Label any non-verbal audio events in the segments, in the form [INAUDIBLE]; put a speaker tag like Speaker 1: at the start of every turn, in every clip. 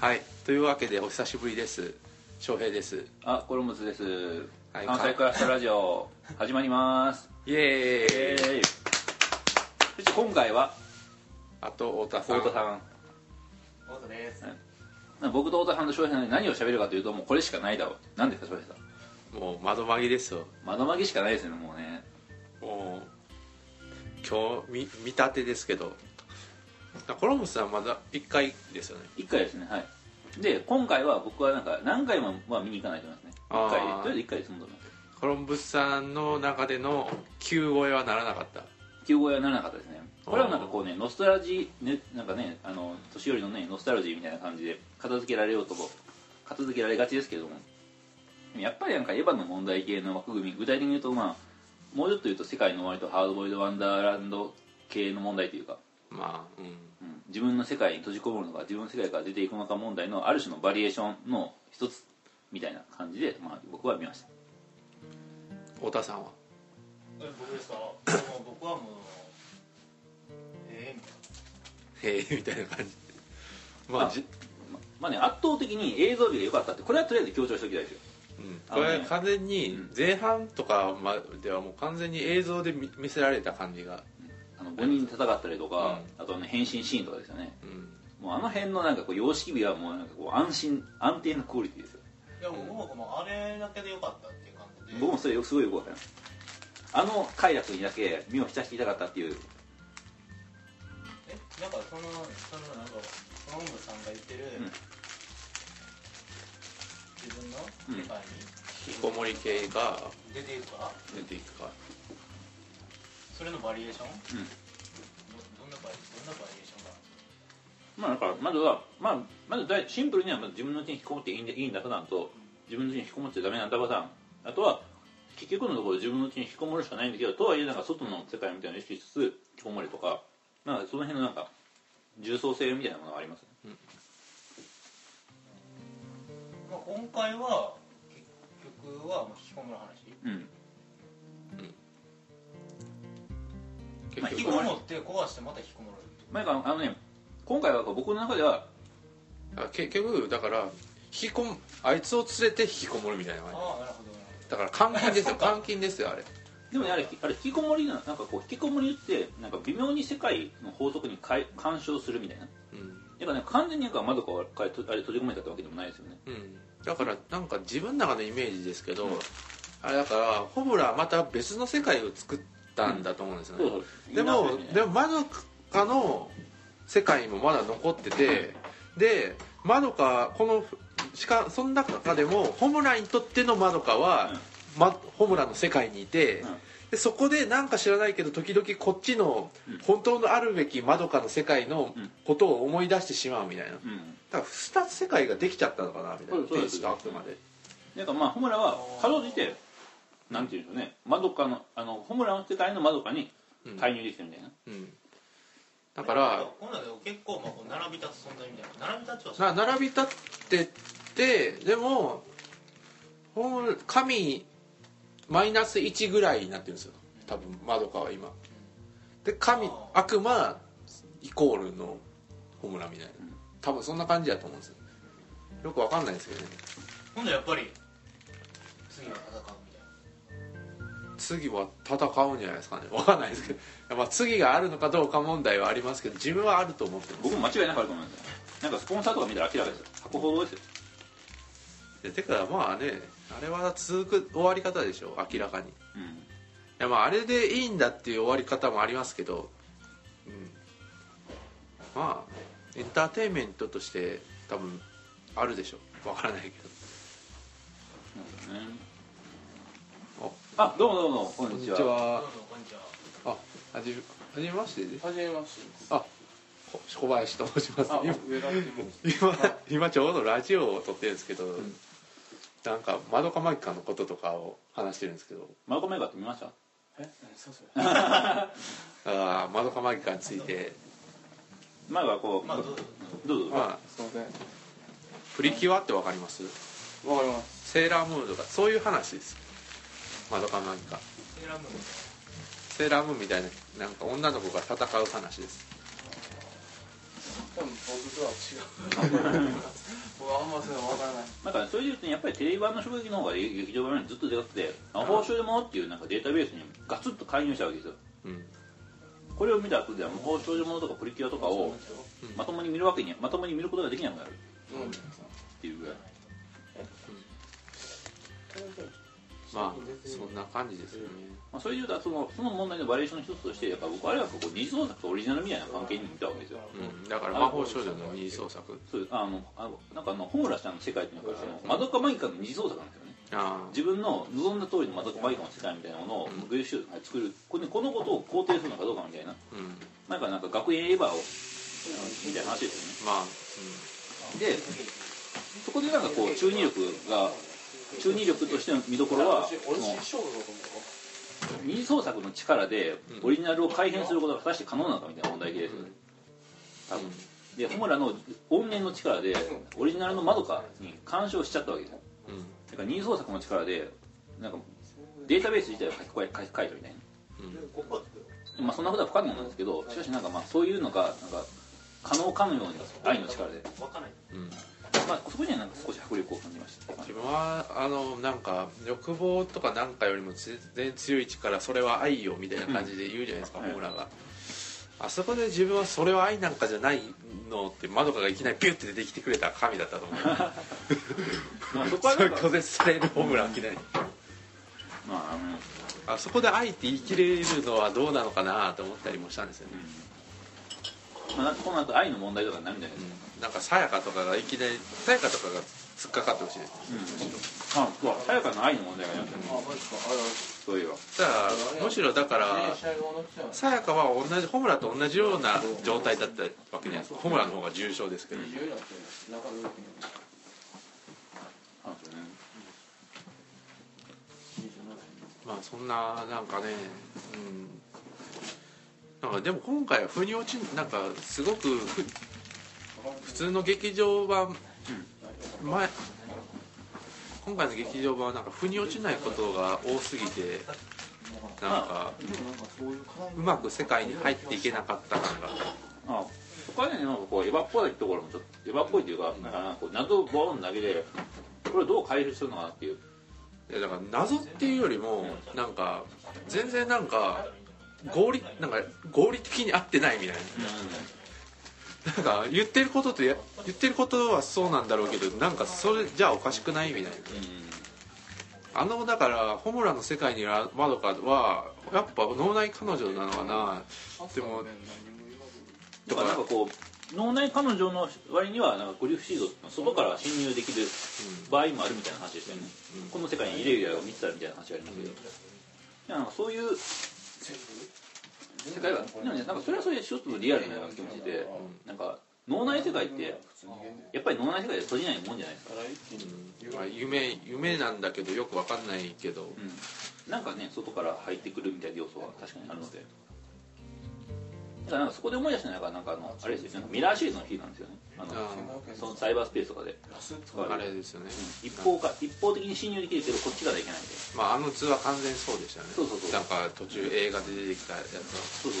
Speaker 1: はいというわけでお久しぶりです翔平です
Speaker 2: あ、コロムツです。
Speaker 1: はい
Speaker 2: 関西クラスターラジオ始まります。
Speaker 1: イエ
Speaker 2: イエ
Speaker 1: ーイ
Speaker 2: ーイそして今回は
Speaker 1: あと太田さん
Speaker 2: 太田さ
Speaker 3: モートです。
Speaker 2: ん。僕と太田さんと翔平さんで何を喋るかというともうこれしかないだろう。なんですか翔平さん。
Speaker 1: もう窓紛ですよ
Speaker 2: 窓まぎしかないですねもうね。
Speaker 1: もう今日見見立てですけどコロムスさんまだ1回ですよね
Speaker 2: 一回ですねはい。で今回は僕はなんか何回もは見に行かないと思いますね。
Speaker 1: あー
Speaker 2: 一回でとりあえず一回で済むと思います。
Speaker 1: コロンブスさんの中での急越えはならなかった
Speaker 2: 旧声はならなかったですね。これはなんかこうねノストラジーねなんかねあの年寄りのねノスタルジーみたいな感じで片付けられようとも片付けられがちですけども。でもやっぱりなんかエヴァの問題系の枠組み具体的に言うとまあもうちょっと言うと世界の終わりとハードボイルドワンダーランド系の問題というか、
Speaker 1: まあうん
Speaker 2: うん自分の世界に閉じこもるのか自分の世界から出ていくのか問題のある種のバリエーションの一つみたいな感じで、まあ、僕は見ました
Speaker 1: 太田さんは
Speaker 3: え、僕ですか。もう僕はもう。ええみたい
Speaker 1: へえみたいな感じまあ
Speaker 2: あ
Speaker 1: じ、
Speaker 2: ままあね圧倒的に映像美が良かったってこれはとりあえず強調しておきたいですよ
Speaker 1: うん、
Speaker 2: あ
Speaker 1: こ
Speaker 2: のね
Speaker 1: れ完全に前半とかまではもう完全に映像で見見せられた感じが、
Speaker 2: あの5人戦ったりとか、あとね変身シーンとかですよね
Speaker 1: うん、
Speaker 2: もうあの辺のなんかこう様式美はもうなんかこう安心安定のクオリティですよ
Speaker 3: な。いや、僕も、もうあれだけで良かったっていう感じで。
Speaker 2: 僕もそれすごいよくわかりますあの快楽にだけ身を浸していたかったっていう
Speaker 3: え、なんか、その、その、なんか、その、さんが言ってる。
Speaker 2: うん
Speaker 3: 自分の
Speaker 2: うん
Speaker 3: 世界
Speaker 1: 引きこもり系が
Speaker 3: に出ていくから、
Speaker 1: 出ていくか
Speaker 3: それのバリエーション。
Speaker 2: うん
Speaker 3: ど、どんなバリ、どんなバリエーション
Speaker 2: ま
Speaker 3: が。
Speaker 2: あだからまずは、まあ、まず第一シンプルにはまず自分のうちに引きこもっていいんだいいんだパターンと自分のうちに引きこもっちゃダメなんだパターンあとは結局のところ自分のうちに引きこもるしかないんだけどとはいえなんか外の世界みたいなのを意識しつつ引きこもるとかなんかその辺のなんか重層性みたいなものがありますね
Speaker 3: まあ、今回は。結局は、もう引きこもる話。
Speaker 2: うん
Speaker 1: 結
Speaker 2: まあ
Speaker 3: 引
Speaker 1: 局
Speaker 3: きこもって、壊して、また引きこもる。
Speaker 2: 前からあのね今回は僕の中では
Speaker 1: あ結局だから引きこもあいつを連れて引きこもるみたいな感
Speaker 3: ああ、なるほど。なる
Speaker 1: じだから監禁
Speaker 2: [LAUGHS]
Speaker 1: ですよ
Speaker 3: そうか
Speaker 1: 監禁ですよあれ
Speaker 2: でもねあれあれ引きこもりななんかこう引きこもりってなんか微妙に世界の法則にかい干渉するみたいな
Speaker 1: う
Speaker 2: だ
Speaker 1: ん、
Speaker 2: からね完全になんか窓からあれ閉じ込めたってわけでもないですよね
Speaker 1: うん、だからなんか自分の中のイメージですけど、
Speaker 2: うん
Speaker 1: あれだからホブラはまた別の世界を作ったんだと思うんですよね、
Speaker 2: そうそう
Speaker 1: でも、
Speaker 2: いいな
Speaker 1: でもマドカの世界もまだ残っててでマドカこのしかその中でもホムラにとってのマドカは、ま、ホムラの世界にいて、
Speaker 2: うん
Speaker 1: でそこでなんか知らないけど時々こっちの
Speaker 2: うん
Speaker 1: 本当のあるべきマドカの世界の
Speaker 2: うん
Speaker 1: ことを思い出してしまうみたいなだ
Speaker 2: うんうん
Speaker 1: から2つ世界ができちゃったのかなみたいな
Speaker 2: そうで
Speaker 1: 天
Speaker 2: す
Speaker 1: 使と悪魔で
Speaker 2: なんかまあホムラはかろうじてなんていうんでしょうねマドカのあのホムラの世界のマドカに介入できてるみたいな、
Speaker 1: うんだから
Speaker 3: ほんなら結構まあこう並び立つ存在みたいな並び立ちはし
Speaker 1: な並び立ってってでもほん神マイナス1ぐらいになってるんですよ多分まどかは今で神
Speaker 3: あー
Speaker 1: 悪魔イコールのホムラみたいな
Speaker 2: うん
Speaker 1: 多分そんな感じだと思うんですよよくわかんないですけどね
Speaker 3: ほんならやっぱり次は戦
Speaker 1: 次
Speaker 3: うみたいな
Speaker 1: は戦うんじゃないですかねわかんないですけど、まあ、次があるのかどうか問題はありますけど自分はあると思ってます
Speaker 2: 僕も間違いなくあると思いますよなんかスポンサーとか見たら明らかですよ箱ほどですよ
Speaker 1: でてかまあねあれは続く終わり方でしょ明らかに
Speaker 2: うん
Speaker 1: いやまああれでいいんだっていう終わり方もありますけど、うん、まあエンターテインメントとして多分あるでしょわからないけ
Speaker 2: なんかね
Speaker 1: ど
Speaker 2: あどうもどうもこんにちは
Speaker 3: どう
Speaker 1: は
Speaker 3: ぞこんにちは
Speaker 1: あはじはじめましてで
Speaker 4: はじめまして。
Speaker 1: あこ小林と申します
Speaker 4: あ、
Speaker 1: 今
Speaker 4: 上田って言います。
Speaker 1: 今今ちょうどラジオを撮ってるんですけど、
Speaker 4: ん
Speaker 1: なんかまどかマギカのこととかを話してるんですけど
Speaker 2: マルコメーカーって見ました
Speaker 4: え、何ですかそれ。は
Speaker 1: あーまどかマギカについて
Speaker 2: 前はこう、
Speaker 3: まあどう
Speaker 2: ど
Speaker 3: ぞ
Speaker 2: うぞ、
Speaker 1: まあ
Speaker 4: すみません。
Speaker 1: プリキュアってわかります
Speaker 4: わかります。
Speaker 1: セーラームーンとかそういう話ですまどかマギカ
Speaker 3: セーラームーンみたい
Speaker 1: セーラームーンみたいななんか女の子が戦う話です
Speaker 4: 多分僕とは違う僕はあんまそれは分からない
Speaker 2: だからそれで言うとねやっぱりテレビ版の衝撃の方が劇場版よりずっとでかくて魔法少女ものっていうなんかデータベースにガツッと介入したわけですよ
Speaker 1: うん
Speaker 2: これを見た後では魔法少女ものとかプリキュアとかをまともに見るわけにまともに見ることができなくなるっ
Speaker 4: うん
Speaker 2: ていうぐらい
Speaker 1: まあそんな感じですよね
Speaker 2: まあ、それでいうとそのその問題のバリエーションの一つとしてやっぱ僕あれはこう二次創作とオリジナルみたいな関係に見たわけですよ
Speaker 1: うんだから魔法少女の二次創作
Speaker 2: そうですあのあのなんかあのホムラちゃんの世界っていうのがあのマドカマギカの二次創作なんですよね
Speaker 1: あ
Speaker 2: 自分の望んだ通りのマドカマギカの世界みたいなものを
Speaker 1: うん
Speaker 2: 偶集作るこのこのことを肯定するのかどうかみたいな
Speaker 1: あうん
Speaker 2: なんかなんか学園エヴァをみたいな話ですよね
Speaker 1: まあ
Speaker 2: でそこでなんかこう中二力が中二力としての見どころはその
Speaker 4: 勝負だと思う
Speaker 2: 二次創作の力で
Speaker 1: うん
Speaker 2: オリジナルを改変することが果たして可能なのかみたいな問題ですよね多分でホムラの怨念の力でオリジナルの窓かに干渉しちゃったわけですよ
Speaker 1: うんうん
Speaker 2: だから二次創作の力でなんかデータベース自体を書き換え書き換えたみたい
Speaker 1: うん
Speaker 2: な、まあ、そんなことは不可能なんですけどしかしなんかまあそういうのがなんか可能かのように愛の力で、
Speaker 1: うん
Speaker 2: まあ、そこにはなんか少し迫力を感じました
Speaker 1: 自分はあのなんか欲望とかなんかよりも全然強い力それは愛よみたいな感じで言うじゃないですか、
Speaker 2: うん
Speaker 1: ホーラーがあそこで自分はそれは愛なんかじゃないのってまどかがいきなりビュッて出てきてくれた神だったと思う
Speaker 2: まあそこ
Speaker 1: [LAUGHS]
Speaker 2: は
Speaker 1: そ
Speaker 2: な
Speaker 1: れ
Speaker 2: んか
Speaker 1: 拒絶されるホームランいきなり
Speaker 2: まああの
Speaker 1: あそこで愛って言い切れるのはどうなのかなと思ったりもしたんですよね、
Speaker 2: まあ、なんかこの後愛の問題とかになるんじゃないで
Speaker 1: うん、なんかさやかとかがいきなりさやかとかが突っかかってほしいです
Speaker 2: すか、うん、あそうさやかの愛の問題がありましたね
Speaker 4: あマジかあれ
Speaker 2: そういえば
Speaker 1: じゃあむしろだから
Speaker 3: 試合後の人は
Speaker 1: さやかは同じホムラと同じような状態だったわけじゃないですかホムラの方が重症ですけど、
Speaker 4: 自由だって中の動きに
Speaker 2: あそうね
Speaker 1: まあそんななんかねうんなんかでも今回は腑に落ちなんかすごくふ普通の劇場版前今回の劇場版はなんか腑に落ちないことが多すぎてなんかうまく世界に入っていけなかった感が
Speaker 2: あそこはねなんかこうエヴァっぽいところもちょっとエヴァっぽいというかなんかなんかこう謎をボーン投げでこれをどう回収するのかなっていう
Speaker 1: いやだから謎っていうよりもなんか全然なんか合理なんか合理的に合ってないみたいななんか言ってることとや言ってることはそうなんだろうけどなんかそれじゃあおかしくないみたいなあのだからホムラの世界にいるマドカはやっぱ脳内彼女なのかなでも
Speaker 2: だからなんかこう脳内彼女の割にはなんかグリフシードの外から侵入できる場合もあるみたいな話でしたよね、この世界にイレギュラーを見てたみたいな話がありますけど、いやなんかそういう世界がでもねなんかそれはそれで一つのリアルな気持ちでなんか脳内世界ってやっぱり脳内世界で閉じないもんじゃないです
Speaker 1: うん
Speaker 2: か、
Speaker 1: まあ夢夢なんだけどよくわかんないけど
Speaker 2: うん、なんかね外から入ってくるみたいな要素は確かにあるのでだからなんかそこで思い出したのがなんかあのあれですよなんかミラーシリーズの日なんですよねあの
Speaker 1: あ
Speaker 2: そのサイバースペースとかで使わ
Speaker 1: あ
Speaker 2: れ
Speaker 1: れ
Speaker 2: る
Speaker 1: ですよね
Speaker 2: 一方か一方的に侵入できるけどこっちからいけないんで
Speaker 1: まああの図は完全にそうでしたね
Speaker 2: そうそうそう
Speaker 1: なんか途中映画で出てきたやつは
Speaker 2: そうそ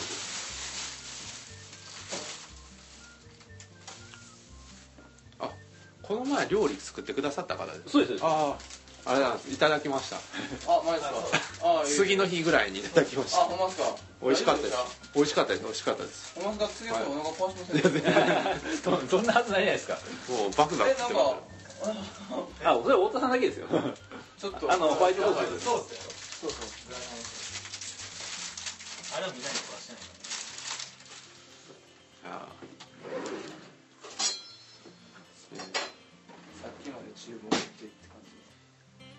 Speaker 2: うそ
Speaker 1: この前料理作ってくださった方です
Speaker 2: うそうですそう
Speaker 1: あああれなんですいただきました
Speaker 4: あマジですか
Speaker 1: [LAUGHS]
Speaker 4: あいい
Speaker 1: 次の日ぐらいにいただきま
Speaker 4: あ
Speaker 1: した
Speaker 4: ほんまですか
Speaker 1: 美味しかったです
Speaker 4: 大丈
Speaker 1: 美味しかったです美味しかったです
Speaker 4: 夫でしょほんまですか次の日お腹壊しませ
Speaker 2: で
Speaker 4: んでした
Speaker 2: すそそんなはずないじゃないですか
Speaker 1: もうバクバク
Speaker 4: え
Speaker 1: 食っ
Speaker 4: なん
Speaker 1: て
Speaker 4: か
Speaker 1: まし
Speaker 2: あそれは太田さんだけですよ
Speaker 4: ちょっと
Speaker 2: あのホワイトソースです
Speaker 4: そうそうそう
Speaker 3: あれはみんなに殺してないか
Speaker 1: たあ
Speaker 4: さっきまで厨房行ってって感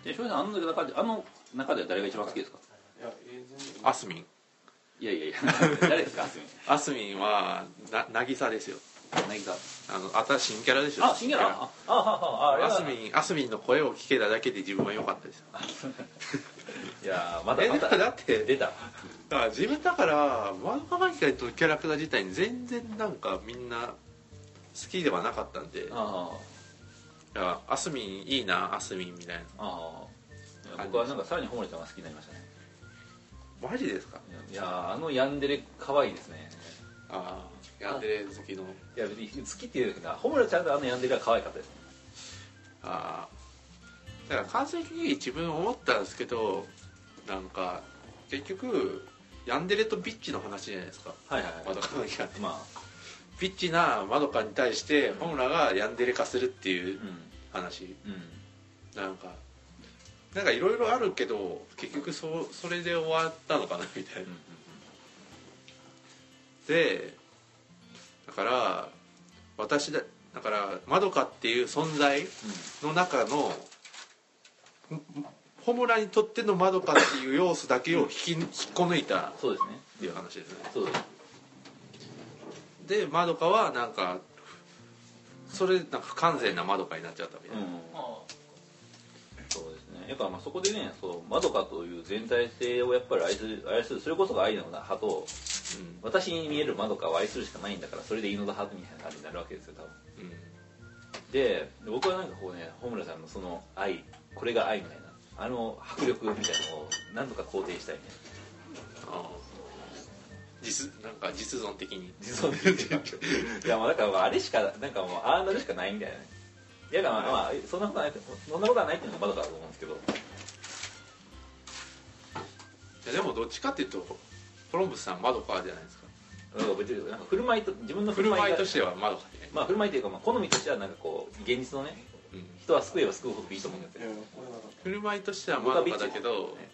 Speaker 2: で翔平さんあの中であの中では誰が一番好きですか
Speaker 4: じいやええ全然
Speaker 1: ーアスミン
Speaker 2: いやいやいや誰ですかすみ
Speaker 1: アスミンはな渚ですよ
Speaker 2: ませんなぎさ
Speaker 1: あのあた新キャラでしょ
Speaker 2: あ新キャラあああああれ
Speaker 1: ア
Speaker 2: は
Speaker 1: スミンアスミンの声を聞けただけで自分は良かったですよ
Speaker 2: いやーまだ
Speaker 1: え
Speaker 2: ま
Speaker 1: だ
Speaker 2: だ
Speaker 1: だって
Speaker 2: 出た
Speaker 1: だから自分だからワンカマイカイとキャラクター自体に全然なんかみんな好きではなかったんでだか
Speaker 2: あ
Speaker 1: らアスミンいいなアスミンみたいな
Speaker 2: あああいや僕はなんかさらにホモリちゃんが好きになりましたね
Speaker 1: マジですか
Speaker 2: いやーあのヤンデレ可愛いですね
Speaker 1: ああヤンデレ好きの
Speaker 2: いや別に好きっていうかホムラちゃんのあのヤンデレが可愛かったですね
Speaker 1: ああだから完全に自分思ったんですけどなんか結局ヤンデレとビッチの話じゃないですか
Speaker 2: はいはい
Speaker 1: マドカのキャって
Speaker 2: ま
Speaker 1: ビッチなマドカに対してホムラがヤンデレ化するってい
Speaker 2: あ
Speaker 1: う話
Speaker 2: うんうん
Speaker 1: なんかなんかいろいろあるけど結局そそれで終わったのかなみたいなでだから私だだからマドカっていう存在の中のんんホムラにとってのマドカっていう要素だけを引き引っこ抜いたっ
Speaker 2: そうですね
Speaker 1: ていう話ですね
Speaker 2: そうです
Speaker 1: でマドカはなんかそれなんか不完全なマドカになっちゃったみたいな、
Speaker 2: うん
Speaker 3: あ
Speaker 2: そうですねやっぱまあそこでねそうマドカという全体性をやっぱり愛する愛するそれこそが愛の派と私に見えるマドカを愛するしかないんだからそれで井の田派みたいな感じになるわけですよ多分
Speaker 1: うんうん
Speaker 2: で僕はなんかこうね穂村さんのその愛これが愛みたいなあの迫力みたいなのを何とか肯定したいね
Speaker 1: ああ実なんか実存的に [LAUGHS]
Speaker 2: 実はいやもうだからあれしかなんかもうああなるしかないみたいなねいやだからまあ、まあ、そんなことはないそんなことはないっていうのがまだかと思うんですけど
Speaker 1: いやでもどっちかっていうとコロンブスさんマドカじゃないですか
Speaker 2: なんか別になんか振る舞いと自分の
Speaker 1: 振る
Speaker 2: が
Speaker 1: 舞いとしてはマドカね、
Speaker 2: まあ振る舞いというか、まあ、好みとしてはなんかこう現実のね
Speaker 1: うん、
Speaker 2: 人は救えば救うほどいいと思うんですよ
Speaker 1: 振る舞いとしてはマドカだけど
Speaker 2: ね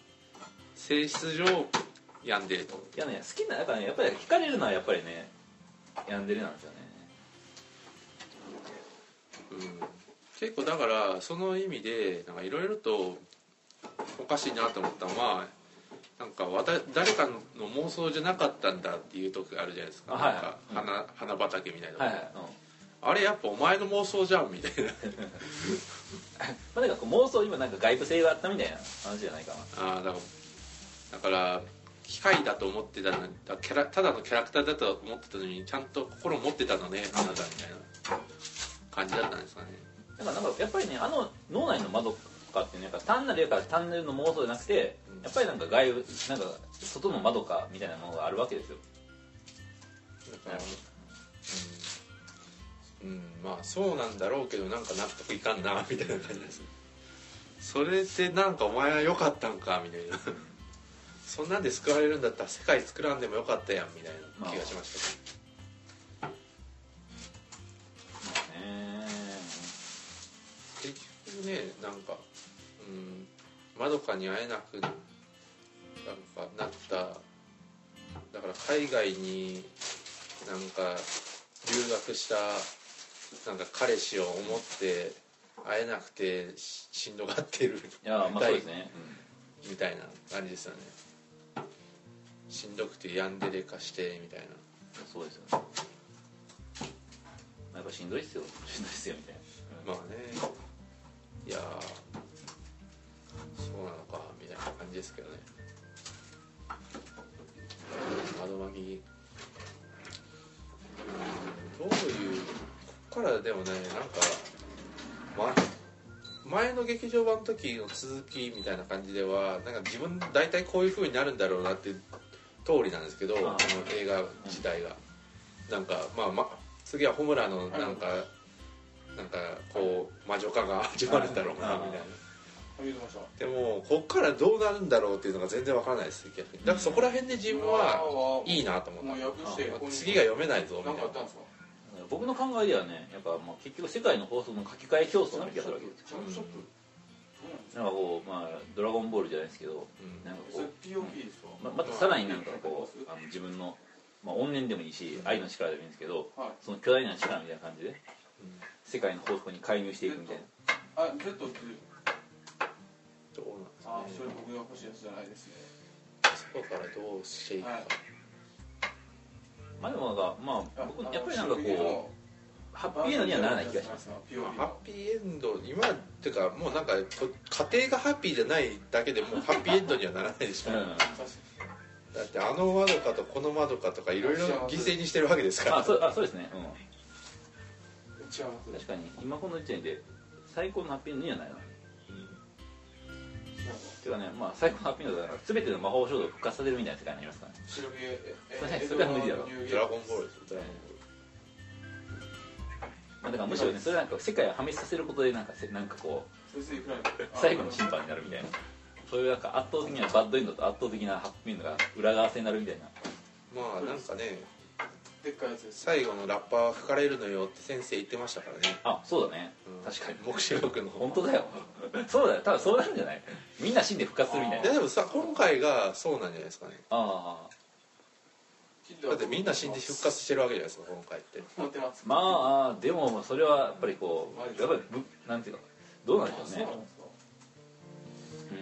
Speaker 1: 性質上病んでると
Speaker 2: いやね好きなやっぱねやっぱり惹かれるのはやっぱりねヤンデレなんですよね
Speaker 1: うん結構だからその意味でなんかいろいろとおかしいなと思ったのはなんかわた誰かの妄想じゃなかったんだっていう時あるじゃないですか
Speaker 2: あはい
Speaker 1: なんか
Speaker 2: うん
Speaker 1: 花花畑みたいな、
Speaker 2: はいはい、うん
Speaker 1: あれやっぱお前の妄想じゃんみたいな
Speaker 2: まあ、なんかこう妄想今なんか外部性があったみたいな話じゃないかな
Speaker 1: あーだからだから機械だと思ってたのにだキャラただのキャラクターだと思ってたのにちゃんと心持ってたのねあなたみたいな感じだったんですかね
Speaker 2: だからなんかやっぱりねあの脳内の窓とかっていうのはなんか単なるやから単なるの妄想じゃなくてやっぱりなんか外部なんか外の窓かみたいなものがあるわけですよ
Speaker 1: うん、うんまあそうなんだろうけどなんか納得いかんなみたいな感じですそれでなんかお前は良かったんかみたいなそんなんで救われるんだったら世界作らんでもよかったやんみたいな気がしましたけ
Speaker 2: ね
Speaker 1: ど、結局ねなんかうんまどかに会えなくなんかなっただから海外になんか留学したなんか彼氏を思って会えなくてししんどがってる
Speaker 2: いやまあそうですね、
Speaker 1: みたいな感じですよねしんどくてヤンデレ化してみたいな
Speaker 2: うんそうですよね、まあ、やっぱしんどいっすよしんどいっすよみたいな、
Speaker 1: まあねいやーそうなのかみたいな感じですけどね窓巻きうんどういうこっからでもねなんか、ま、前の劇場版の時の続きみたいな感じではなんか自分大体こういう風になるんだろうなって通りなんですけどこの
Speaker 2: あ
Speaker 1: 映画自体が、なんかまあ、ま、次はホムラのなんか、なんかこう魔女化が始まるんだろうな
Speaker 2: あー
Speaker 1: みたいな
Speaker 4: 見てました
Speaker 1: でもこっからどうなるんだろうっていうのが全然わからないです逆にだからそこら辺で自分はいいなと思
Speaker 4: も
Speaker 1: っ
Speaker 4: う
Speaker 1: た
Speaker 4: 訳してここに
Speaker 1: 次が読めないぞみ
Speaker 4: なん
Speaker 1: た
Speaker 4: かあ
Speaker 1: い
Speaker 4: ったんですか
Speaker 2: うん僕の考えではねやっぱまあ結局世界の放送の書き換え競争な気がするわけです
Speaker 4: チャンプショップ
Speaker 2: なんかこうまあ「ドラゴンボール」じゃないですけど
Speaker 1: な、
Speaker 2: なんか
Speaker 4: そ
Speaker 2: こ
Speaker 4: れ
Speaker 2: う
Speaker 4: POP ですか
Speaker 2: ままたさらになんかこうあの自分の、まあ、怨念でもいいし愛の力でもいいんですけど
Speaker 4: はい
Speaker 2: その巨大な力みたいな感じで世界の方向に介入していくみたいな
Speaker 4: あ Z って
Speaker 1: どうな
Speaker 4: あ
Speaker 1: んです
Speaker 4: そ
Speaker 1: か
Speaker 4: れ
Speaker 1: ね
Speaker 4: 僕が欲しいやつじゃないですね
Speaker 1: そこからどうしていくか、
Speaker 4: はい
Speaker 2: まあでもなんかまあ僕やっぱりなんかこ
Speaker 4: う
Speaker 2: うハッピーエンドにはならない気がします
Speaker 4: す POP
Speaker 1: まあハッピーエンド今っていうかもうなんかと家庭がハッピーじゃないだけで
Speaker 4: [LAUGHS]
Speaker 1: もうハッピーエンドにはならないでし
Speaker 2: う
Speaker 1: ょ
Speaker 2: ん
Speaker 1: だってあの窓かとこの窓かとかいろいろ犠牲にしてるわけですから
Speaker 2: あそうあそうですね、
Speaker 4: 違います
Speaker 2: うん、確かに今この時点で最高のハッピーエンドにはないな
Speaker 1: うん
Speaker 4: 違います
Speaker 2: ていうかね、まあ、最高のハッピーエンドだから全ての魔法少女を復活させるみたいな世界になりますからね
Speaker 4: 白毛え
Speaker 2: それ
Speaker 4: え
Speaker 2: それは無理だろ
Speaker 4: エドワードニューゲーム
Speaker 1: ドラゴンボールですよドラゴンボール
Speaker 2: まあだからむしろねそれはなんか世界を破滅させることでなんかせなんかこう
Speaker 4: それついくらいの
Speaker 2: 最後の審判になるみたいなそういうなんか圧倒的なバッドエンドと圧倒的なハッピーエンドが裏側せになるみたいな
Speaker 1: まあなんかね
Speaker 4: でっかいやつです
Speaker 1: 最後のラッパーは吹かれるのよって先生言ってましたからね
Speaker 2: あそうだね、
Speaker 1: うん
Speaker 2: 確かに
Speaker 1: ボクシングの
Speaker 2: 本当だよ [LAUGHS] そうだよ多分そうなんじゃないみんな死んで復活するみたい
Speaker 1: いや
Speaker 2: な
Speaker 1: でもさ今回がそうなんじゃないですかね
Speaker 2: ああ
Speaker 1: だってみんな死んで復活してるわけじゃないですか今回って
Speaker 4: 持ってます
Speaker 2: まああでもそれはやっぱりこうやっぱりぶなんていうかどうなんでしょう
Speaker 4: そう
Speaker 2: ね
Speaker 4: なんですか
Speaker 2: う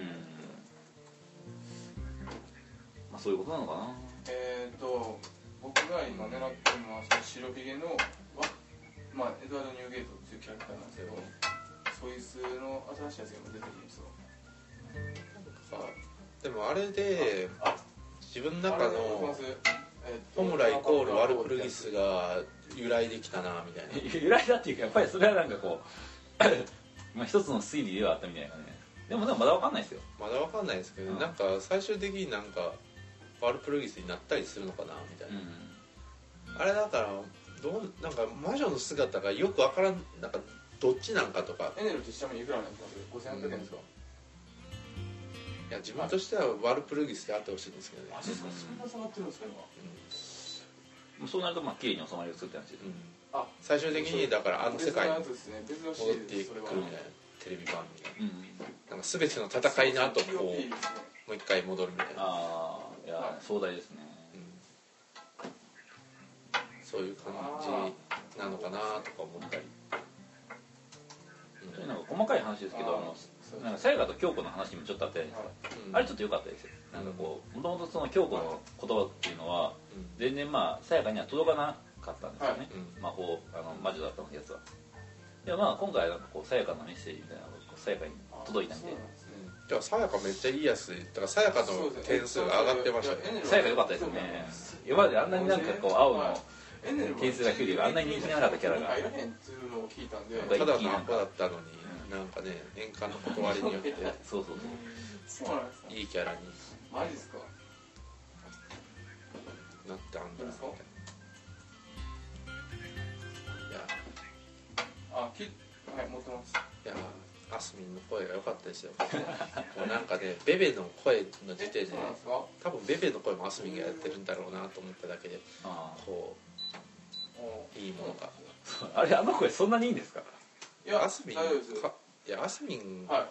Speaker 2: んまあそういうことなのかな
Speaker 4: えーと僕が今狙ってるのはその白ひげのわまあエドワード・ニューゲートっていうキャラクターなんですけどそいつの新しいやつが今出てくるんですよさ
Speaker 1: でもあれで自分の
Speaker 4: あ
Speaker 1: 中
Speaker 4: あれわかりま
Speaker 1: の
Speaker 4: すえーと
Speaker 1: ホムライコールワルプルギスが由来できたなみたいな
Speaker 2: [LAUGHS] 由来だっていうかやっぱりそれはなんかこ [LAUGHS] うまあ一つの推理ではあったみたいなねでもでもまだわかんないですよ
Speaker 1: まだわかんないですけど
Speaker 2: うん
Speaker 1: なんか最終的になんかワルプルギスになったりするのかなみたいなあれだからどうなんか魔女の姿がよくわからんなんかどっちなんかとか
Speaker 4: エネルってちなみにいくらなんですか5800円ですか
Speaker 1: いや自分としてはワルプルギスであってほしいんですけどね
Speaker 4: マジですかそんな下がってるんですか今
Speaker 2: うんそうなるとまあ綺麗に収まりを作って話です
Speaker 1: うん
Speaker 4: あ
Speaker 1: 最終的にだからあの世界に
Speaker 4: 別のやつですね別のシ
Speaker 1: 戻っ
Speaker 4: リーズ
Speaker 1: て
Speaker 4: で
Speaker 1: い
Speaker 4: す
Speaker 1: く
Speaker 4: そ
Speaker 1: みた
Speaker 4: れは
Speaker 1: いなテレビ版みたい
Speaker 2: うん
Speaker 1: ななんか全ての戦いの後こうも
Speaker 4: POP ですね
Speaker 1: う一回戻るみたいな、
Speaker 2: ああいや壮大ですね
Speaker 1: うんそういう感じなのかなとか思ったり、うん
Speaker 2: なんか細かい話ですけどあの
Speaker 4: そう
Speaker 2: なんかサイガーと京子の話にもちょっとあったじゃないですか
Speaker 1: うん
Speaker 2: あれちょっと良かったですよなんかこうもともとその京子の言葉っていうのは
Speaker 1: うん
Speaker 2: 全然まあさやかには届かなかったんですよね、
Speaker 1: うん
Speaker 2: 魔法あの魔女だったやつはでもまあ今回なんかこうさやかのメッセージみたいなのがこうさやかに届いたんで
Speaker 4: そうなんですね
Speaker 1: だからさやかめっちゃいいやつだからさやかの点数が上がってましたね
Speaker 2: さやか良かったですよね今まであんなになんかこう青の点数が低いあんなに人気なかったキャラが
Speaker 4: 入らへんっていうのを聞いたんで
Speaker 2: なん
Speaker 1: た
Speaker 2: か
Speaker 1: だのアホだったのになんかね年間の断りによって
Speaker 2: そうそうそう
Speaker 4: そうなんですね
Speaker 1: いいキャラに
Speaker 4: マジですか
Speaker 1: なってあんだなみたいないや
Speaker 4: あきはい持ってます
Speaker 1: いやーアスミンの声が良かったですよもうなんかねベベの声の時点で
Speaker 4: えそうなんですか
Speaker 1: 多分ベベの声もアスミンがやってるんだろうなと思っただけで
Speaker 2: あ
Speaker 1: こ
Speaker 4: お
Speaker 1: ういいものが
Speaker 2: ああれあの声そんなにいいんですか、
Speaker 4: いや
Speaker 1: アスミン
Speaker 4: 大丈夫です
Speaker 1: かいやアスミン、
Speaker 4: は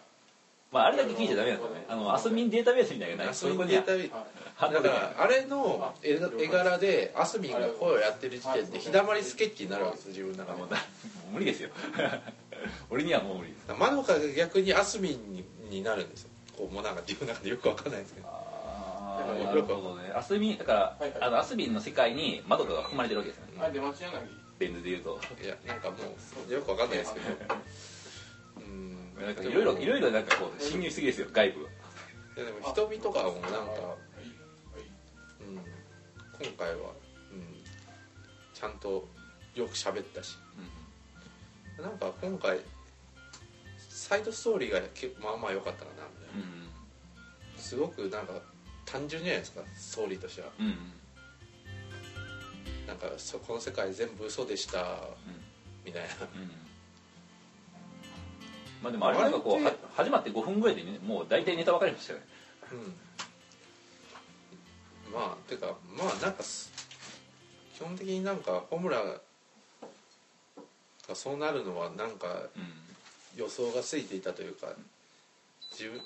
Speaker 2: まあ、あれだけ聞いちゃダメなんですよねあのアスミンデータベースみたいなのが
Speaker 1: ア
Speaker 2: ない
Speaker 1: ス
Speaker 2: そ
Speaker 1: ミン
Speaker 2: こ
Speaker 1: デ
Speaker 2: に
Speaker 1: ータ
Speaker 4: いはい
Speaker 2: 反応で
Speaker 1: だ
Speaker 2: き
Speaker 1: か
Speaker 2: ない
Speaker 1: らあれの絵絵柄でアスミンが声をやってる時点で日だまりスケッチになるわけですよ自分の
Speaker 2: あ
Speaker 1: 中で
Speaker 2: もうだもう無理ですよ [LAUGHS] 俺にはもう無理です
Speaker 1: まどかが逆にアスミンにになるんですよこうもうなんか自分の中でよくわかんないんですけど
Speaker 2: あ
Speaker 1: ー
Speaker 2: なるほどねアスミンだから、
Speaker 4: はいはい
Speaker 2: あのアスミンの世界にマドカが含まれてるわけですよね、
Speaker 4: あ出待ち柳
Speaker 2: ベンズで言うと
Speaker 1: いやなんかもうよくわかんないですけどうん
Speaker 2: なんかいろいろいろいろなんかこう侵入しすぎですよ外部
Speaker 1: いやでも瞳とかもなん
Speaker 4: はい
Speaker 1: か、うん、今回は、うん、ちゃんとよく喋ったしなんか今回サイドストーリーがけまあまあ良かったかなみたいなすごくなんか単純じゃないですかストーリーとしては
Speaker 2: うんうん
Speaker 1: なんかそこの世界全部嘘でしたみたいな
Speaker 2: うんまあでもあれなんかこう
Speaker 1: あれっ
Speaker 2: は
Speaker 1: て
Speaker 2: 始まって5分ぐらいでねもう大体ネタ分かりましたよね
Speaker 1: うんまあてかまあなんかす基本的になんかホムラがそうなるのはなんか
Speaker 2: うん
Speaker 1: 予想がついていたというか自分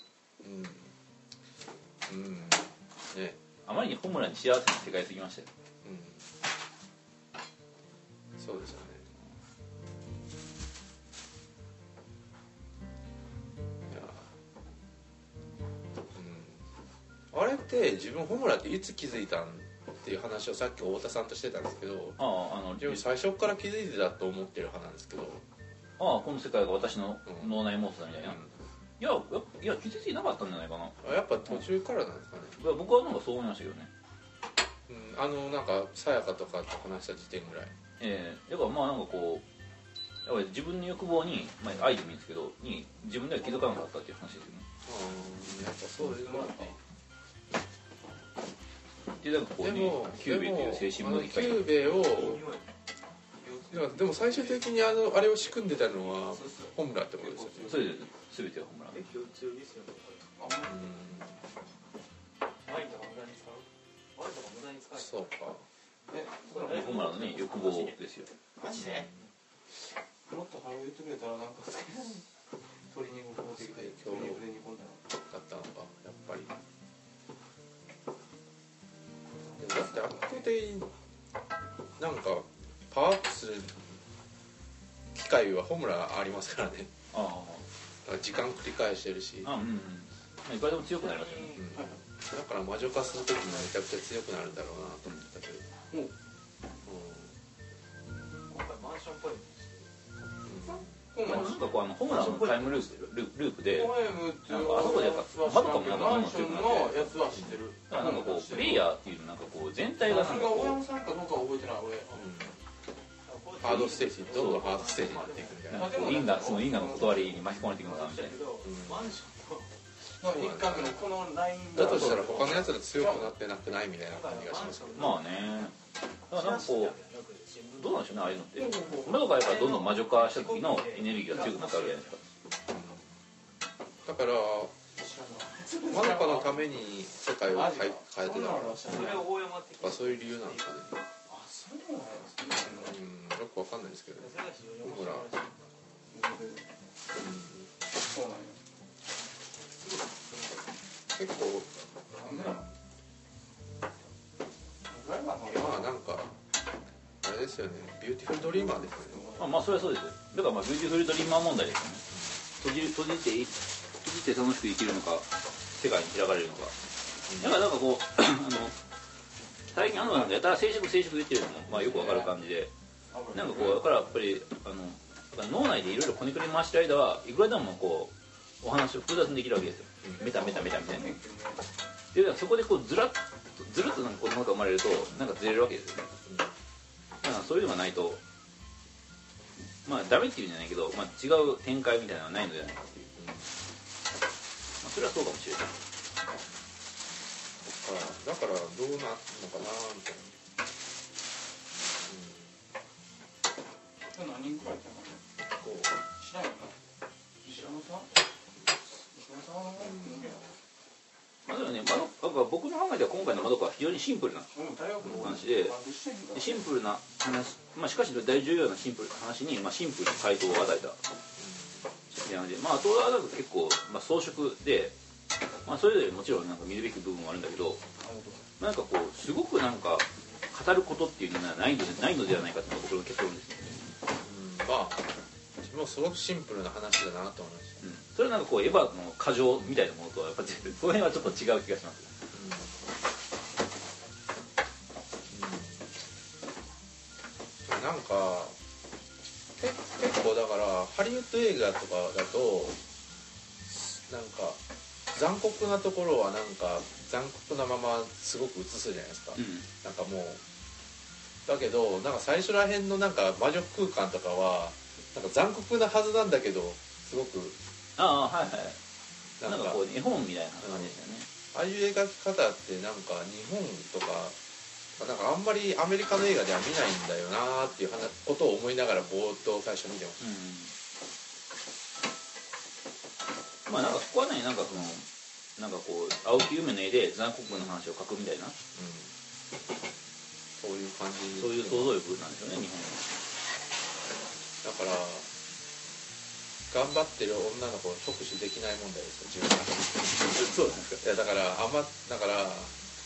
Speaker 1: うんうんね
Speaker 2: あまりにホムラに幸せな世界すぎましたよ
Speaker 1: うんそうですよねいやうんあれって自分ホムラっていつ気づいたんっていう話をさっき太田さんとしてたんですけど
Speaker 2: あああの
Speaker 1: 自分最初から気づいてたと思ってる派なんですけど、
Speaker 2: ああこの世界が私の
Speaker 1: うん
Speaker 2: 脳内モンスターみたいな、いやいや気づいてなかったんじゃないかな
Speaker 1: うんあやっぱ途中からなんですかね、
Speaker 2: いや僕はなんかそう思いましたけどね
Speaker 1: うん、あのなんかさやかとかと話した時点ぐらい
Speaker 2: ええだからまあなんかこうやっぱり自分の欲望に、まあ、アイドルですけどに自分では気づかなかったっていう話ですよね
Speaker 1: うんやっぱそうですまあ
Speaker 2: でなんかこう
Speaker 1: で
Speaker 2: ね
Speaker 1: も
Speaker 2: キューベっていう精神も
Speaker 1: で
Speaker 2: で
Speaker 1: も
Speaker 2: き
Speaker 1: あ
Speaker 2: た
Speaker 1: の
Speaker 2: り
Speaker 1: キューベをい
Speaker 4: 腰
Speaker 1: やでも最終的にあのあれを仕組んでたのはホムラってことですよね
Speaker 2: そうです全てはホームラン
Speaker 5: え今日強いですよ
Speaker 4: あんま
Speaker 5: ワインとか無駄に使うワインとか無駄に使う
Speaker 1: うんそうか
Speaker 4: りえそ
Speaker 5: え
Speaker 4: れ
Speaker 2: ホームランのね欲望ですよ
Speaker 5: マジで
Speaker 4: もっと早く言ってくれたらなんか好きな鶏肉買ってきて鶏肉で煮込んだ
Speaker 1: だっ
Speaker 4: ら
Speaker 1: たのかやっぱりでもだってあっこでなんかパワーアップする機会はホムラありますからね
Speaker 2: あ
Speaker 1: だから時間繰り返してるし
Speaker 2: あうんうんまあいくらでも強くなりますよね
Speaker 1: うんだから魔女化する時にはめちゃくちゃ強くなるんだろうなと思ったけど
Speaker 4: お
Speaker 1: うん
Speaker 5: 今回マンションっぽい
Speaker 4: ホー
Speaker 2: ま
Speaker 4: ム
Speaker 2: あなんかこうあのホームランのタイムループルループで
Speaker 4: ホームっていう
Speaker 2: あそこでやっぱ窓かもなんか
Speaker 4: マンションのやつは知ってる
Speaker 2: なんかこうプレイヤーっていうなんかこう全体が
Speaker 4: それ
Speaker 2: なんか
Speaker 4: が大
Speaker 2: こ
Speaker 4: 山さんかどうかは覚えてない俺
Speaker 1: ハードステージにどんどんハードステージになっていくみたい
Speaker 2: うな
Speaker 1: な、
Speaker 2: んかこう因果その因果の断りに巻き込まれていくのかなみたいな
Speaker 5: マンションと
Speaker 4: なんか一角のこのライン
Speaker 1: だとしたら他のやつら強くなってなくないみたいな感じがします
Speaker 2: まあねだからなんかこうどうなんでしょうねああいうのって窓がやっぱどんどん魔女化した時のエネルギーが強くなったわけじゃないですか
Speaker 1: だからマナカのために世界を変え変えてたのか
Speaker 5: それを大山って
Speaker 1: まあそういう理由なのかね
Speaker 4: あそうなんですね
Speaker 1: うんよくわかんないですけど
Speaker 5: それが非常に面白いらしい
Speaker 4: そうなんや
Speaker 1: 結構
Speaker 4: なんだドライバーの
Speaker 1: まあなんかあれですよねビューティフルドリーマーですよね
Speaker 2: まあまあそれはそうですよだからまあビューティフルドリーマー問題ですよね閉じ閉じてい閉じて楽しく生きるのか世界に開かれるのかだからなんかこう [CLEARS THROAT] あの最近あのなんかやたら静粛静粛言ってるのもまあよくわかる感じでなんかこうだからやっぱりあのだから脳内でいろいろこねくり回してる間はいくらでもこうお話を複雑にできるわけですよメタメタメタみたいなでそこでこうずらっとずるっとなんか子供が生まれるとなんかずれるわけですよねだからそういうのがないとまあダメっていうんじゃないけど、まあ、違う展開みたいなのはないのじゃないかっていう、まあ、それはそうかもしれない
Speaker 1: だからだからどうなるのかなみたい
Speaker 4: 何人くらいいた
Speaker 1: な
Speaker 4: の
Speaker 1: こう
Speaker 4: 知らんよな石山さん石山さんは何人
Speaker 2: まあでもね、まどなんか僕の考えでは今回の窓かは非常にシンプルな
Speaker 4: うん大学の
Speaker 2: 話で
Speaker 4: バンドしてんのか
Speaker 2: シンプルな話、まあ、しかし大重要なシンプルな話に、まあ、シンプルに回答を与えたなので、まあ、東大は結構、まあ、装飾で、まあ、それぞれもちろんなんか見るべき部分はあるんだけどなんかこうすごくなんか語ることっていうのはないのでないのではないかっていうのが僕の結論ですね、
Speaker 1: うんまあ自分もすごくシンプルな話だなと思いまし
Speaker 2: うん、それはなんかこうエヴァの過剰みたいなものとはやっぱ全然その辺はちょっと違う気がします
Speaker 1: た、うんうんなんかけ結構だからハリウッド映画とかだとなんか残酷なところはなんか残酷なまますごく映すじゃないですか、
Speaker 2: う
Speaker 1: なんかもうだけどなんか最初らへんのなんか魔女空間とかはなんか残酷なはずなんだけどすごく
Speaker 2: ん、ああはいは
Speaker 1: な
Speaker 2: いなんん
Speaker 1: か
Speaker 2: かこう絵本みたいな感じでしたよね、
Speaker 1: ああいう描き方ってなんか日本とかなんかあんまりアメリカの映画では見ないんだよなーっていう話ことを思いながらぼーっと最初見てまし
Speaker 2: うん、まあなんかそこはねなんかそのなんかこう青木夢の絵で残酷の話を書くみたいな
Speaker 1: た、うん、そういう感じ
Speaker 2: そういう想像力なんですよね日
Speaker 1: だから頑張ってる女の子を直視できない問題ですよ自分が [LAUGHS] そうですかいやだからあんまだから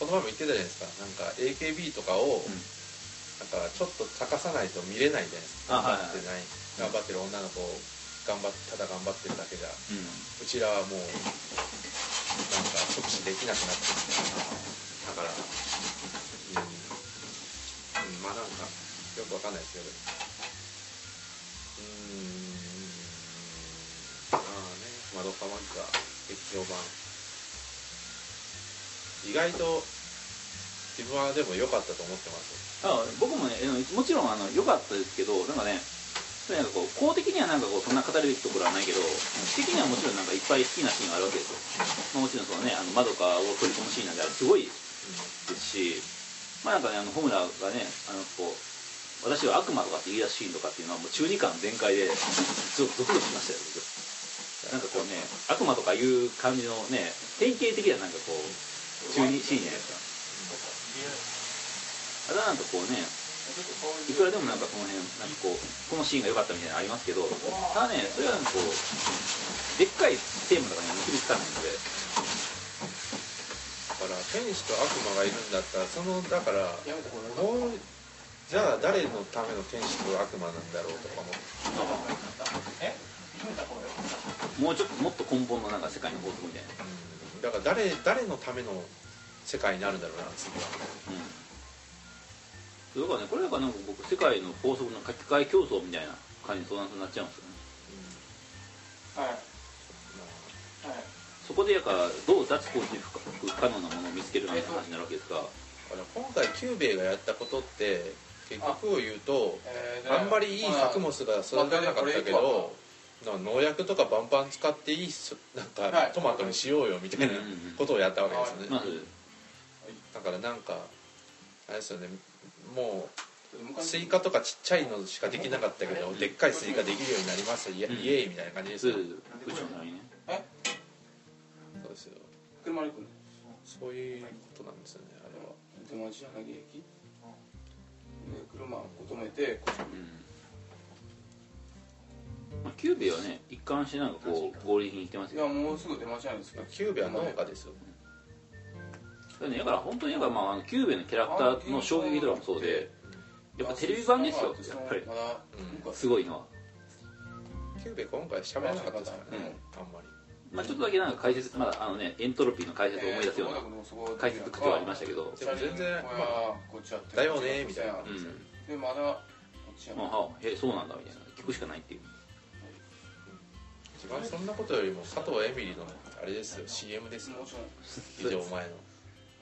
Speaker 1: この前も言ってたじゃないですかなんか AKB とかを、
Speaker 2: うん
Speaker 1: なんかちょっと高さないと見れないじゃないですか
Speaker 2: あは
Speaker 1: 頑
Speaker 2: い
Speaker 1: 張ってない、頑張ってる女の子を頑張ってただ頑張ってるだけじゃう
Speaker 2: 本
Speaker 1: ちらはもうなんか直視できなくなってきてだからうん、うん、まあなんかよくわかんないですけどうーんまあね窓かマンか劇場版意外と自分はでも良かったと思ってます
Speaker 2: うん、あ僕もねえーもちろんあの良かったですけどなんかねそれなんかこう公的にはなんかこうそんな語るべきところはないけど私的にはもちろんなんかいっぱい好きなシーンがあるわけですよ、まあ、もちろんそのねあの窓かを取り込むシーンなんてあれすごいですしまあなんかねあのホムラがねあのこう私は悪魔とかって言い出すシーンとかっていうのはもう中二感全開でゾクゾクしましたよ僕なんかこうね悪魔とかいう感じのね典型的ななんかこう中二シーンじゃないですかただなんかこうねいくらでもなんかこの辺なんかこうこのシーンが良かったみたいなのありますけどただねそれはなんかこうでっかいテーマとかには結びつかないので
Speaker 1: から天使と悪魔がいるんだったらそのだから
Speaker 4: やめた方が
Speaker 1: どう
Speaker 4: いい
Speaker 1: じゃあ誰のための天使と悪魔なんだろうとかも
Speaker 2: もうちょっともっと根本のなんか世界の法則みたい
Speaker 1: だ
Speaker 2: な
Speaker 1: から誰誰のための世界になるんだろうな次は
Speaker 2: うんだからねこれなんかなんか僕世界の法則の書き換え競争みたいな感じに相談になっちゃうんですよね
Speaker 1: まあ
Speaker 4: はいはい
Speaker 2: そこでやからどう脱構築不可能なものを見つけるかって話になるわけですが
Speaker 1: だから今回キューベイがやったことって結局を言うと
Speaker 4: え
Speaker 1: あ
Speaker 4: ー
Speaker 1: んまりいい作物が育たなかったけどなんか農薬とかバンバン使っていいそなん
Speaker 4: は
Speaker 1: か
Speaker 4: い
Speaker 1: トマトにしようよみたいな
Speaker 2: うんうんうん
Speaker 1: ことをやったわけですよね、
Speaker 2: まず
Speaker 1: だからなんかあれですよねもう
Speaker 4: 昔
Speaker 1: スイカとかちっちゃいのしかできなかったけどでっかいスイカできるようになりましたイエ
Speaker 2: うん
Speaker 1: イエーイみたいな感じです
Speaker 2: 宇
Speaker 1: よ
Speaker 2: 宙のにね
Speaker 1: そうですよ
Speaker 4: 車で来る
Speaker 1: そういうことなんですよねあれは
Speaker 4: の手持ち柳駅で車を止めてこっ
Speaker 2: まあキューベはね一貫してなんかこう合理的に言ってます
Speaker 4: ちい
Speaker 2: け
Speaker 4: や
Speaker 2: ど
Speaker 4: もうすぐ出待ちなんですけど
Speaker 1: キューベは農家ですよ
Speaker 2: だから,、ね、だから本当にだからまああのキューベのキャラクターの衝撃ドラマもそうでやっぱテレビ版ですよやっぱり
Speaker 4: まだ
Speaker 2: すごいのは、
Speaker 1: キューベ今回喋らなかったですからね、あんまり
Speaker 2: まあ、ちょっとだけなんか解説まだあのねエントロピーの解説を思い出すような
Speaker 4: な
Speaker 2: 解説口はありましたけど
Speaker 1: でも全然まあ
Speaker 4: こっちやって
Speaker 1: だよねみたいな
Speaker 2: うん
Speaker 4: でまだこっちや
Speaker 2: まあはあえそうなんだみたいな聞くしかないっていう
Speaker 1: 一番そんなことよりも佐藤エミリのあれですよ CM ですよ
Speaker 4: もち
Speaker 1: 以上前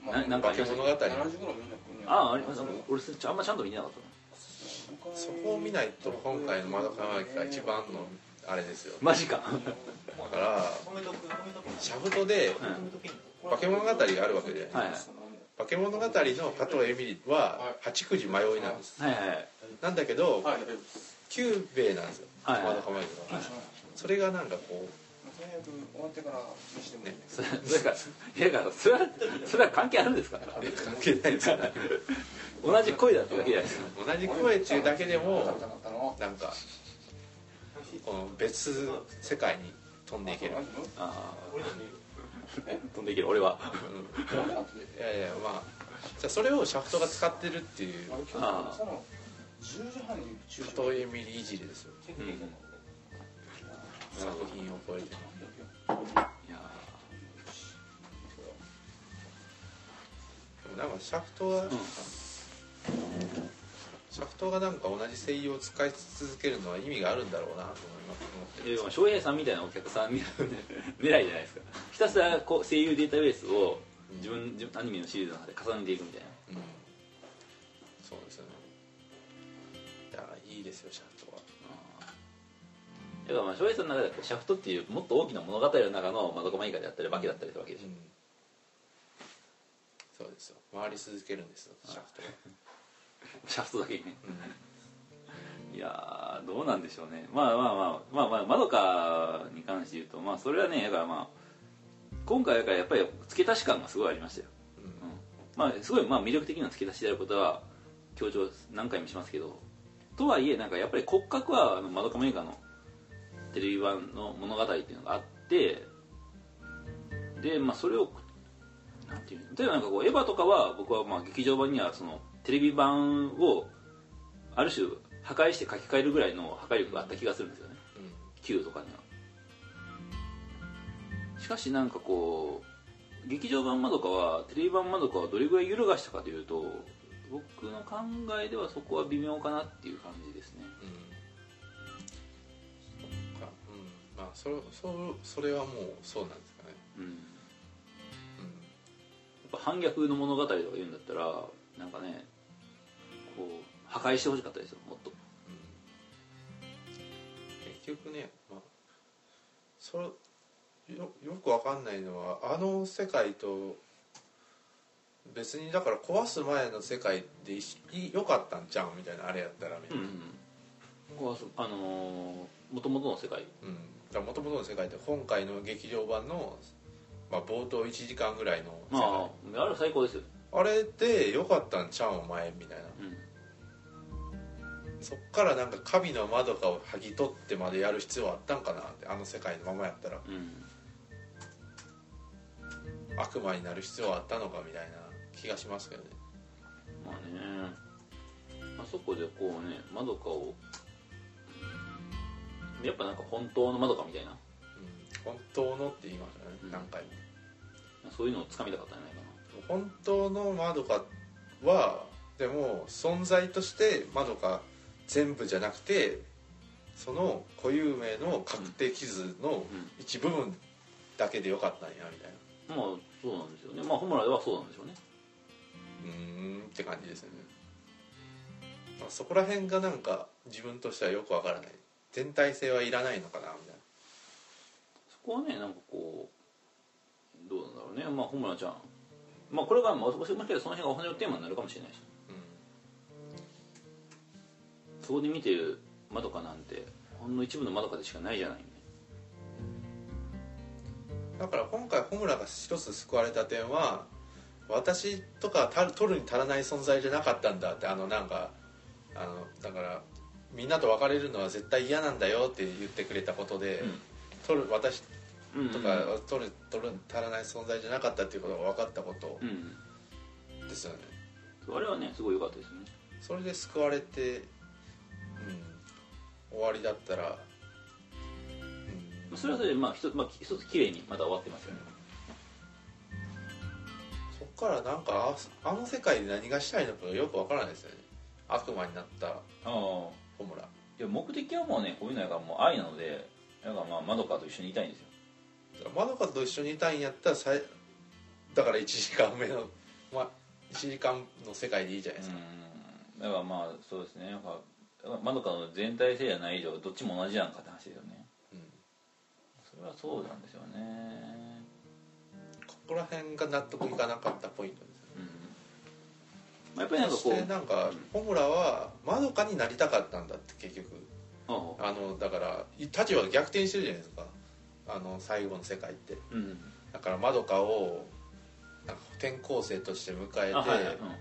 Speaker 4: ろん
Speaker 2: ななん
Speaker 1: の
Speaker 2: か
Speaker 1: 化
Speaker 2: あり
Speaker 1: け
Speaker 2: ました
Speaker 1: 物語
Speaker 4: 70ぐらいみんなここに
Speaker 2: あああります俺それあんまちゃんと見てなかったな
Speaker 1: そこを見ないと今回の「窓かまき」が一番のあれですよ
Speaker 2: マジか
Speaker 1: だから
Speaker 5: 褒めとく褒めとく
Speaker 1: シャブトで
Speaker 2: うん
Speaker 5: 褒めとけんの
Speaker 1: [LAUGHS] 化け物語があるわけじゃない
Speaker 2: はいはい
Speaker 1: 化け物語の加藤エミリは八九時迷いなんです
Speaker 2: はいはい
Speaker 1: なんだけど
Speaker 4: はい
Speaker 1: 九兵衛なんですよ
Speaker 2: はいはい
Speaker 1: 窓かまきがそれがなんかこ
Speaker 4: 最悪終わってから見せてもいい
Speaker 2: それそれかいやだからそれはそれは関係あるんですか
Speaker 1: う関係ないですよね
Speaker 2: 同じ恋だってだけじゃないですか
Speaker 1: 同じ声っていうだけでも
Speaker 4: 食べたかったの
Speaker 1: なんかこの別世界に飛んでいける
Speaker 2: ああ
Speaker 5: 俺の見る
Speaker 2: 飛んでいける俺は
Speaker 1: うんいやいやまあじゃあそれをシャフトが使ってるっていう
Speaker 4: ああ10時半に中
Speaker 1: 加藤エミリいじりですよ
Speaker 5: チェックできんの
Speaker 1: 作品を超えて
Speaker 2: いや
Speaker 1: でもなんかシャフトは、
Speaker 2: ん
Speaker 1: シャフトがなんか同じ声優を使い続けるのは意味があるんだろうなと思います
Speaker 2: ーいやでも翔平さんみたいなお客さん狙いじゃないですかひたすらこう声優データベースを自分自分アニメのシリーズの中で重ねていくみたいな
Speaker 1: うんそうですよねいやいいですよシャフトは
Speaker 2: だからまあ翔平さんの中ではこうシャフトっていうもっと大きな物語の中の窓マイカであったり化けだったりするわけでしょ、
Speaker 1: そうですよ回り続けるんですよシャフトは、
Speaker 2: シャフトだけにね
Speaker 1: うん
Speaker 2: いやーどうなんでしょうねまあまあまあまあまあまどかに関して言うとまあそれはねだからまあ今回だからやっぱり付け足し感がすごいありましたよ、
Speaker 1: うん
Speaker 2: うんまあすごいまあ魅力的な付け足しであることは強調何回もしますけどとはいえなんかやっぱり骨格はあのまどかメーカーのテレビ版の物語っていうのがあってでまあそれをなんていうの例えばなんかこうエヴァとかは僕はまあ劇場版にはそのテレビ版をある種破壊して書き換えるぐらいの破壊力があった気がするんですよね
Speaker 1: うん、
Speaker 2: Q とかにはしかしなんかこう劇場版まどかはテレビ版まどかはどれぐらい揺るがしたかというと僕の考えではそこは微妙かなっていう感じですね
Speaker 1: うんそっかうんまあそれそうそれはもうそうなんですかね、
Speaker 2: うん
Speaker 1: うん
Speaker 2: やっぱ反逆の物語とか言うんだったらなんかねこう破壊してほしかったですよもっと
Speaker 1: うん局ね、まあ、そよよくわかんないのはあの世界と別にだから壊す前の世界でい良かったんちゃうみたいなあれやったらね、
Speaker 2: うんうんうんあのー、もともとの世界
Speaker 1: うんだから元々の世界って今回の劇場版の、まあ、冒頭1時間ぐらいの世界
Speaker 2: まああれは最高ですよ、
Speaker 1: あれで良かったんちゃうんお前みたいな
Speaker 2: うん、
Speaker 1: そっからなんか神の窓かを剥ぎ取ってまでやる必要あったんかなってあの世界のままやったら
Speaker 2: うん、
Speaker 1: 悪魔になる必要あったのかみたいな気がしますけどね
Speaker 2: まあねあそこでこうねまどかをやっぱなんか本当のまどかみたいな
Speaker 1: うん本当のって言いましたね、
Speaker 2: うん
Speaker 1: 何回も
Speaker 2: そういうのをつかみたかったんじゃないか
Speaker 1: 本当のマドカはでも存在としてマドカ全部じゃなくてその固有名の確定傷の一部分だけでよかったんやみたいな
Speaker 2: なまあそうなんですよねまあホムラではそうなんでしょうね
Speaker 1: うーんって感じですよね、まあ、そこら辺がなんか自分としてはよくわからない全体性はいらないのかなみたいな
Speaker 2: そこはねなんかこうどうなんだろうねまあホムラちゃんまあこれがまあもしもしかしたらその辺がお話のテーマになるかもしれないしそこで見てるまどかなんてほんの一部のまどかでしかないじゃない
Speaker 1: うん、だから今回ホムラが一つ救われた点は私とかたる取るに足らない存在じゃなかったんだってあのなんかあのだからみんなと別れるのは絶対嫌なんだよって言ってくれたことで、
Speaker 2: うん
Speaker 1: 取る私
Speaker 2: うん
Speaker 1: とか取る取るに足らない存在じゃなかったっていうことが分かったこと
Speaker 2: うん、うん
Speaker 1: ですよね、
Speaker 2: そうあれはねすごい良かったですよね
Speaker 1: それで救われて、うん、終わりだったら、う
Speaker 2: まあ
Speaker 1: ん、
Speaker 2: それはそれでまあ一つ、まあ、一つ綺麗にまた終わってますよね
Speaker 1: そっからなんかああの世界で何がしたいのかよくわからないですよね悪魔になった
Speaker 2: ああ
Speaker 1: ホムラ
Speaker 2: いや目的はもうねこういうのがもう愛なのでなんかまあまどかと一緒にいたいんですよ
Speaker 1: マドカと一緒にいたいんやったらさいだから1時間目の、 [LAUGHS] まあ、1時間の世界でいいじゃないですか、
Speaker 2: うんだからまあそうですねなんかまどかの全体性じゃない以上どっちも同じやんかって話ですよね
Speaker 1: うん
Speaker 2: それはそうなんですよね
Speaker 1: ここら辺が納得いかなかったポイントですよ
Speaker 2: うん、まあ、やっぱりなんか
Speaker 1: そ
Speaker 2: こ
Speaker 1: して
Speaker 2: う
Speaker 1: なんかホムラはマドカになりたかったんだって結局
Speaker 2: ああ
Speaker 1: あのだから立場が逆転してるじゃないですかあの最後の世界って
Speaker 2: うん
Speaker 1: だからまどかをなんか転校生として迎え
Speaker 2: あ
Speaker 1: て
Speaker 2: はいはい、うん
Speaker 1: 連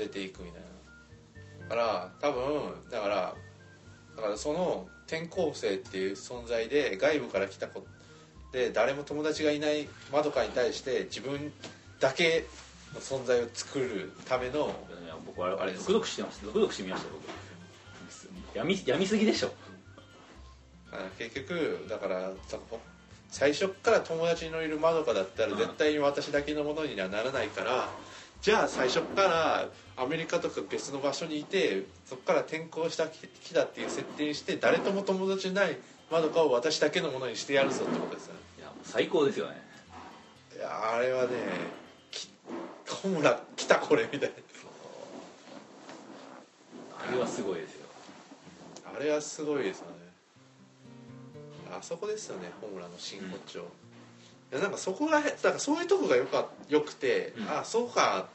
Speaker 1: れていくみたいなだから多分だからだからその転校生っていう存在で外部から来た子で誰も友達がいないまどかに対して自分だけの存在を作るための
Speaker 2: いや僕あれ
Speaker 1: あ
Speaker 2: あ
Speaker 1: れ
Speaker 2: れ
Speaker 1: です
Speaker 2: 続々してます続々してみましたよ僕やみやみすぎでしょ
Speaker 1: あの結局だからそこ最初っから友達のいるまどかだったら
Speaker 2: うん
Speaker 1: 絶対に私だけのものにはならないからじゃあ最初っからアメリカとか別の場所にいてそこから転校したきだっていう設定にして誰とも友達じゃないまどかを私だけのものにしてやるぞってことですよね
Speaker 2: いやもう最高ですよね
Speaker 1: いやあれはねき [LAUGHS] ホムラ来たこれみたい
Speaker 2: あれはすごいですよ
Speaker 1: なあれはすごいですよねあそこですよねホムラの真骨頂、いやなんかそこらへんだからそういうとこがよかよくて、
Speaker 2: うん
Speaker 1: あそうか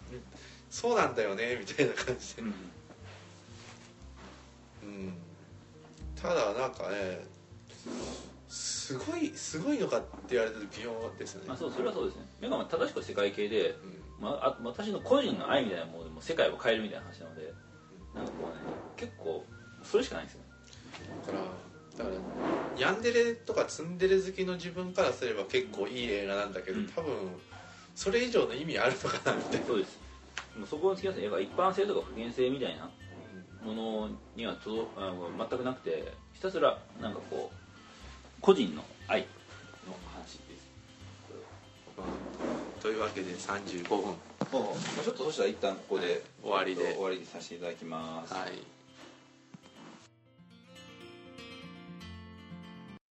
Speaker 1: そうなんだよねみたいな感じで、
Speaker 2: うん
Speaker 1: うん、ただなんかねすごいすごいのかって言われると微妙ですよね、
Speaker 2: まあそうそれはそうですねだからまあ正しくは世界系で
Speaker 1: うん
Speaker 2: まあ、あ私の個人の愛みたいなものでもう世界を変えるみたいな話なのでなんかこうね結構それしかないんですよね
Speaker 1: だからだからヤンデレとかツンデレ好きの自分からすれば結構いい映画なんだけど、
Speaker 2: うん
Speaker 1: 多分それ以上の意味あるのかなみたいな、
Speaker 2: そうですもうそこにつきましてやっぱ一般性とか普遍性みたいなものにはとどあの全くなくてひたすらなんかこう個人の愛の話です
Speaker 1: というわけで35分
Speaker 2: ちょっとそしたら一旦ここで
Speaker 1: 終わりで
Speaker 2: 終わりにさせていただきます
Speaker 1: はい